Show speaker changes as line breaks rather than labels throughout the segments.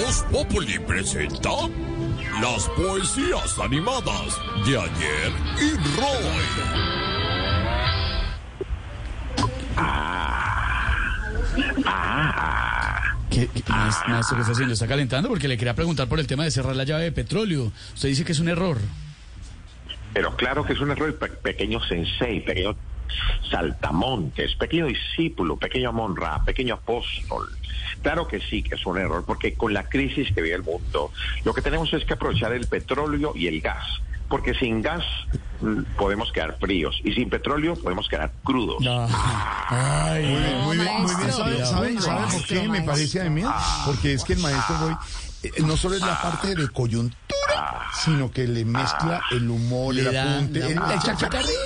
Voz Populi presenta las poesías animadas de ayer y Roy.
¿Qué, qué- maes- maestro, ¿qué está haciendo? ¿Está calentando? Porque le quería preguntar por el tema de cerrar la llave de petróleo. Usted dice que es un error.
Pero claro que es un error, pe- pequeño sensei, pequeño saltamontes, pequeño discípulo, pequeño monra, pequeño apóstol. Claro que sí que es un error, porque con la crisis que vive el mundo, lo que tenemos es que aprovechar el petróleo y el gas, porque sin gas mm, podemos quedar fríos y sin petróleo podemos quedar crudos.
Ay,
Muy bien, muy bien. ¿Sabe, sabe- sabe por qué me parece a mí? ah, Porque es que el maestro Roy eh, no solo es la parte de coyuntura, sino que le mezcla el humor,
Le
el
da-
apunte,
la-
el,
la-
el chacarrillo.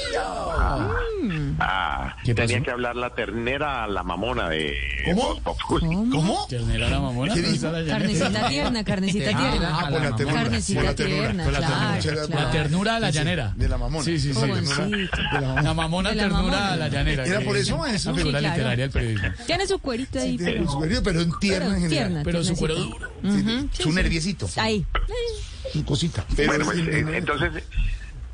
Ah,
¿Qué pasó?
tenía que hablar la ternera a la mamona de...
¿Cómo?
Voz Populi.
¿Cómo?
Ternera a la mamona.
¿Qué
¿no?
dijo?
Está la llave.
Carnecita tierna, carnecita
Ah,
tierna.
por la ternura.
Carnecita
Por la ternura.
tierna,
por la ternura,
claro,
era-
claro.
La ternura a la
Sí, sí,
llanera.
De la mamona.
Sí, sí, sí.
La ternura de la
La
mamona.
mamona
De la
ternura
mamona.
a la llanera.
¿Era
que
por eso,
es
maestro?
Una figura
Sí, claro.
literaria del periodismo.
Tiene su cuerito ahí,
En
pero...
su periodo, Pero en tierna en
pero
general.
tierna,
Pero su
tiernecita.
cuero duro.
Es un nerviecito.
Ahí.
Una cosita. Pero
bueno, pues,
sí, no,
eh,
no, no.
entonces,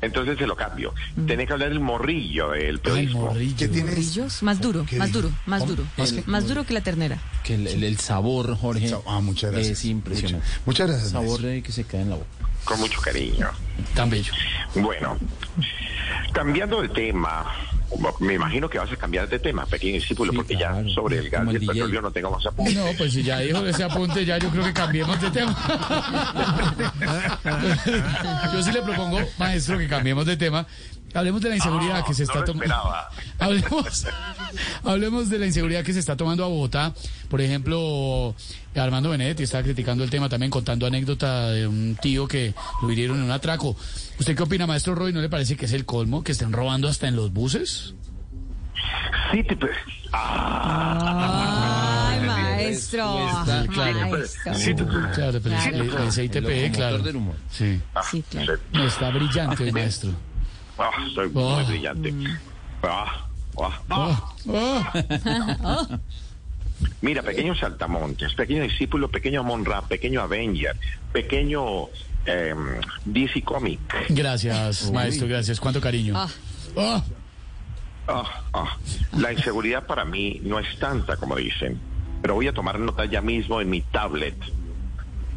entonces se lo cambio. Tenía que hablar el morrillo
Mm.
del
Ay,
periodismo.
¿Qué
morrillo.
tiene?
Brillos, más duro,
¿Qué
más
dijo?
duro, más
¿Cómo?
duro.
¿Más qué?
Más duro que la ternera.
que el, el- el sabor, Jorge,
Ah, muchas gracias.
es impresionante.
Muchas- Muchas gracias.
sabor eh, que se cae en la boca.
Con mucho cariño.
Tan bello.
Bueno, cambiando de tema, me imagino que vas a cambiar de tema, pequeño discípulo,
Sí,
porque
claro.
ya sobre el gas
Como
y
el
el
DJ.
petróleo no tengo más apuntes.
No, pues si ya dijo ese apunte, ya yo creo que cambiemos de tema. Yo sí le propongo, maestro, que cambiemos de tema. Hablemos de la inseguridad
Ah,
que se está
no lo
tomando.
esperaba.
Hablemos, hablemos de la inseguridad que se está tomando a Bogotá. Por ejemplo, Armando Benedetti está criticando el tema también, contando anécdota de un tío que lo hirieron en un atraco. ¿Usted qué opina, maestro Roy? ¿No le parece que es el colmo que estén robando hasta en los buses?
Sí, te- pe-
Ay, maestro.
Está claro.
Pues
Maestro.
sí, te-
Claro, pero es-
Claro.
es ITP,
El
claro.
locomotor del humor.
Sí.
Sí, claro.
No, está brillante hoy, maestro.
pues,
ah, soy
Oh.
muy brillante.
Mm.
Ah, ah, ah. Mira, pequeño saltamontes, pequeño discípulo, pequeño Monra, pequeño Avenger, pequeño eh, DC Comic.
Gracias, maestro, gracias. Cuánto cariño.
Ah.
Ah,
Ah, ah. La inseguridad para mí no es tanta como dicen, pero voy a tomar nota ya mismo en mi tablet.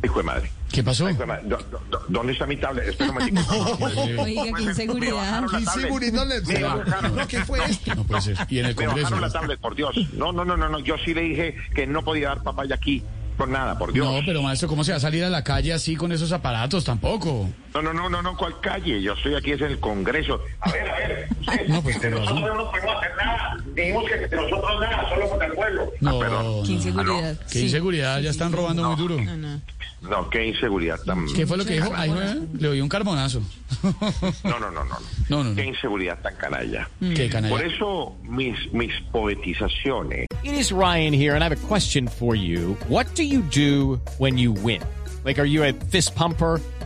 Hijo de madre.
¿Qué pasó?
Hijo de madre, ¿dó- dó- ¿Dónde está mi tablet? Espera un momentico.
Oiga, qué
Me
inseguridad.
bajaron la tablet.
Inseguridad, le-
Me bajaron-
No, ¿Qué fue esto?
No puede ser. Y en el
me
Congreso.
bajaron la tablet, por Dios. No, no, no, no, no. Yo sí le dije que no podía dar papaya aquí con nada, por Dios.
No, pero maestro, ¿cómo se va a salir a la calle así con esos aparatos? Tampoco.
No, no, no, no, no, ¿cuál calle? Yo estoy aquí, es el Congreso. A ver, a ver.
No, pues, con razón.
no podemos hacer nada. Dijimos que de nosotros nada, solo con el pueblo.
No,
Ah, perdón.
Qué inseguridad.
qué
Sí.
inseguridad,
Sí,
ya
sí,
están
sí.
robando muy duro.
No, no.
No, qué inseguridad tan...
¿Qué fue lo que dijo? Ay, joder, le oí un carbonazo.
No, no, no, no.
No, no, no.
Qué inseguridad tan canalla.
Qué canalla.
Por eso mis, mis poetizaciones,
It is Ryan here, and I have a question for you. What do you do when you win? Like, are you a fist pumper?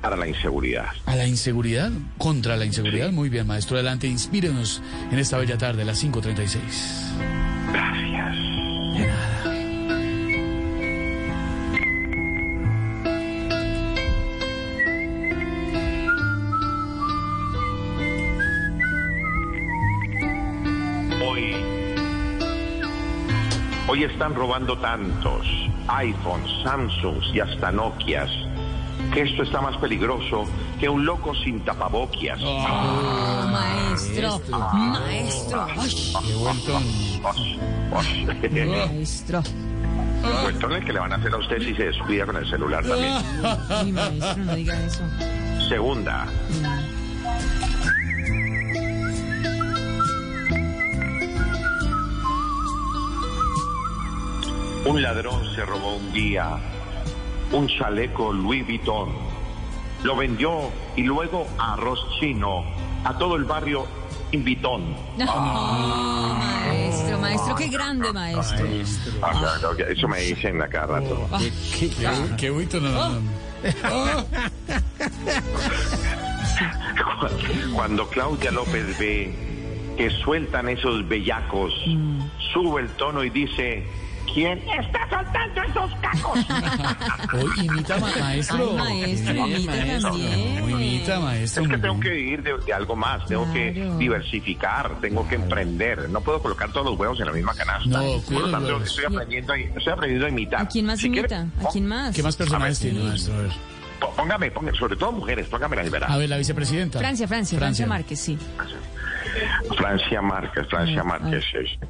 para la inseguridad.
A la inseguridad, contra la inseguridad. Muy bien, maestro. Adelante, inspírenos en esta bella tarde a las 5.36.
Gracias. Hoy, hoy están robando tantos iPhones, Samsungs y hasta Nokias que esto está más peligroso que un loco sin tapaboquias.
maestro, maestro.
Qué
Ah, Maestro.
Vuelto Pues, en el que le van a hacer a usted si se descuida con el celular también.
Ah.
Ay, maestro, no diga eso.
Segunda, un ladrón se robó un día un chaleco Louis Vuitton, lo vendió y luego a arroz chino a todo el barrio Invitón.
Maestro, maestro, qué grande, maestro.
Ah, claro, claro, eso me dicen acá rato.
Qué,
ah.
bu- qué buito, no, no, no.
Cuando Claudia López ve que sueltan esos bellacos,
Mm.
sube el tono y dice, ¿quién está soltando esos cacos?
Oh, imita ma- maestro.
Ay, maestro, imita también.
No, imita maestro.
Es que
muy
tengo
bien.
que vivir de, de algo más, tengo que
Claro.
diversificar, tengo que emprender, no puedo colocar todos los huevos en la misma canasta.
No,
Por lo
cuídalo,
tanto,
Lola.
estoy aprendiendo, a- estoy aprendiendo a imitar.
¿A quién más
Si quiere,
imita? ¿A
pon-
quién más?
¿Qué más personajes tiene maestro? A ver.
po- Póngame, póngame, sobre todo mujeres, póngame la liberada.
A ver, la vicepresidenta.
Francia, Francia, Francia Márquez, sí.
Francia Márquez, Francia Márquez. es- este.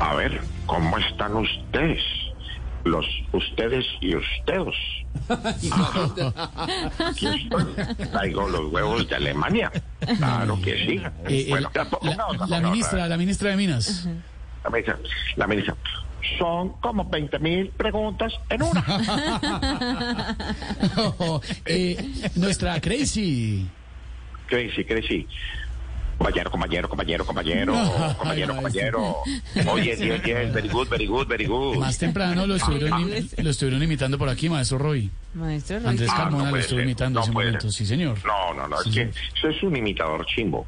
A ver, ¿cómo están ustedes? Los ustedes y ustedes. Aquí estoy. Traigo los huevos de Alemania. Claro que sí.
Eh, eh,
Bueno,
la,
ya, ponga
la
otra, ponga
ministra,
otra.
la ministra de Minas.
La ministra, la ministra. Son como 20 mil preguntas en una.
Oh, eh, nuestra Crazy.
Crazy, crazy. Compañero, compañero, compañero, compañero,
No,
compañero,
ay,
compañero. Oye, yes, yes, very good, very good, very good.
Más temprano lo estuvieron, im- lo estuvieron imitando por aquí, maestro Roy.
Maestro Roy.
Andrés
Ah,
Carmona
no
lo
puede
estuvo
ser,
imitando
no
hace un
puede
momento,
ser.
sí, señor.
No, no, no, es
Sí,
que
señor.
eso es un imitador chimbo.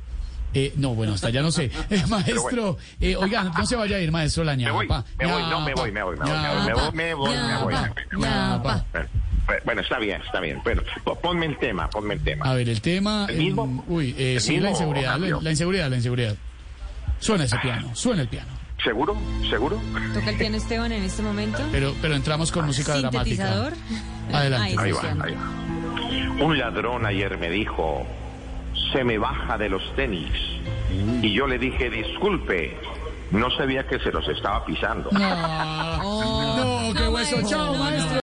Eh, no, bueno, hasta ya no sé. Eh, maestro, eh, oiga, no se vaya a ir, maestro, la
Me voy,
ñapa.
me voy, no, me
Ñapa,
voy, me voy, me voy, me voy, me
ñapa.
voy, me voy, me voy.
Ñapa,
me voy.
ñapa.
Bueno, eh, Bueno, está bien, está bien. Bueno, po- ponme el tema, ponme el tema.
A ver, el tema.
¿El mismo?
em, uy, eh,
¿El
sí, la
mismo
inseguridad,
o
la,
cambio?
la inseguridad, la inseguridad. Suena ese piano, suena el piano.
¿Seguro? ¿Seguro?
Toca el piano Esteban en este momento.
Pero, pero entramos con música dramática.
Sintetizador.
Adelante.
Ahí
Ahí
va,
está.
ahí va. Un ladrón ayer me dijo, se me baja de los tenis.
Mm.
Y yo le dije, disculpe, no sabía que se los estaba pisando.
No,
Ah,
qué hueso, chao, maestro.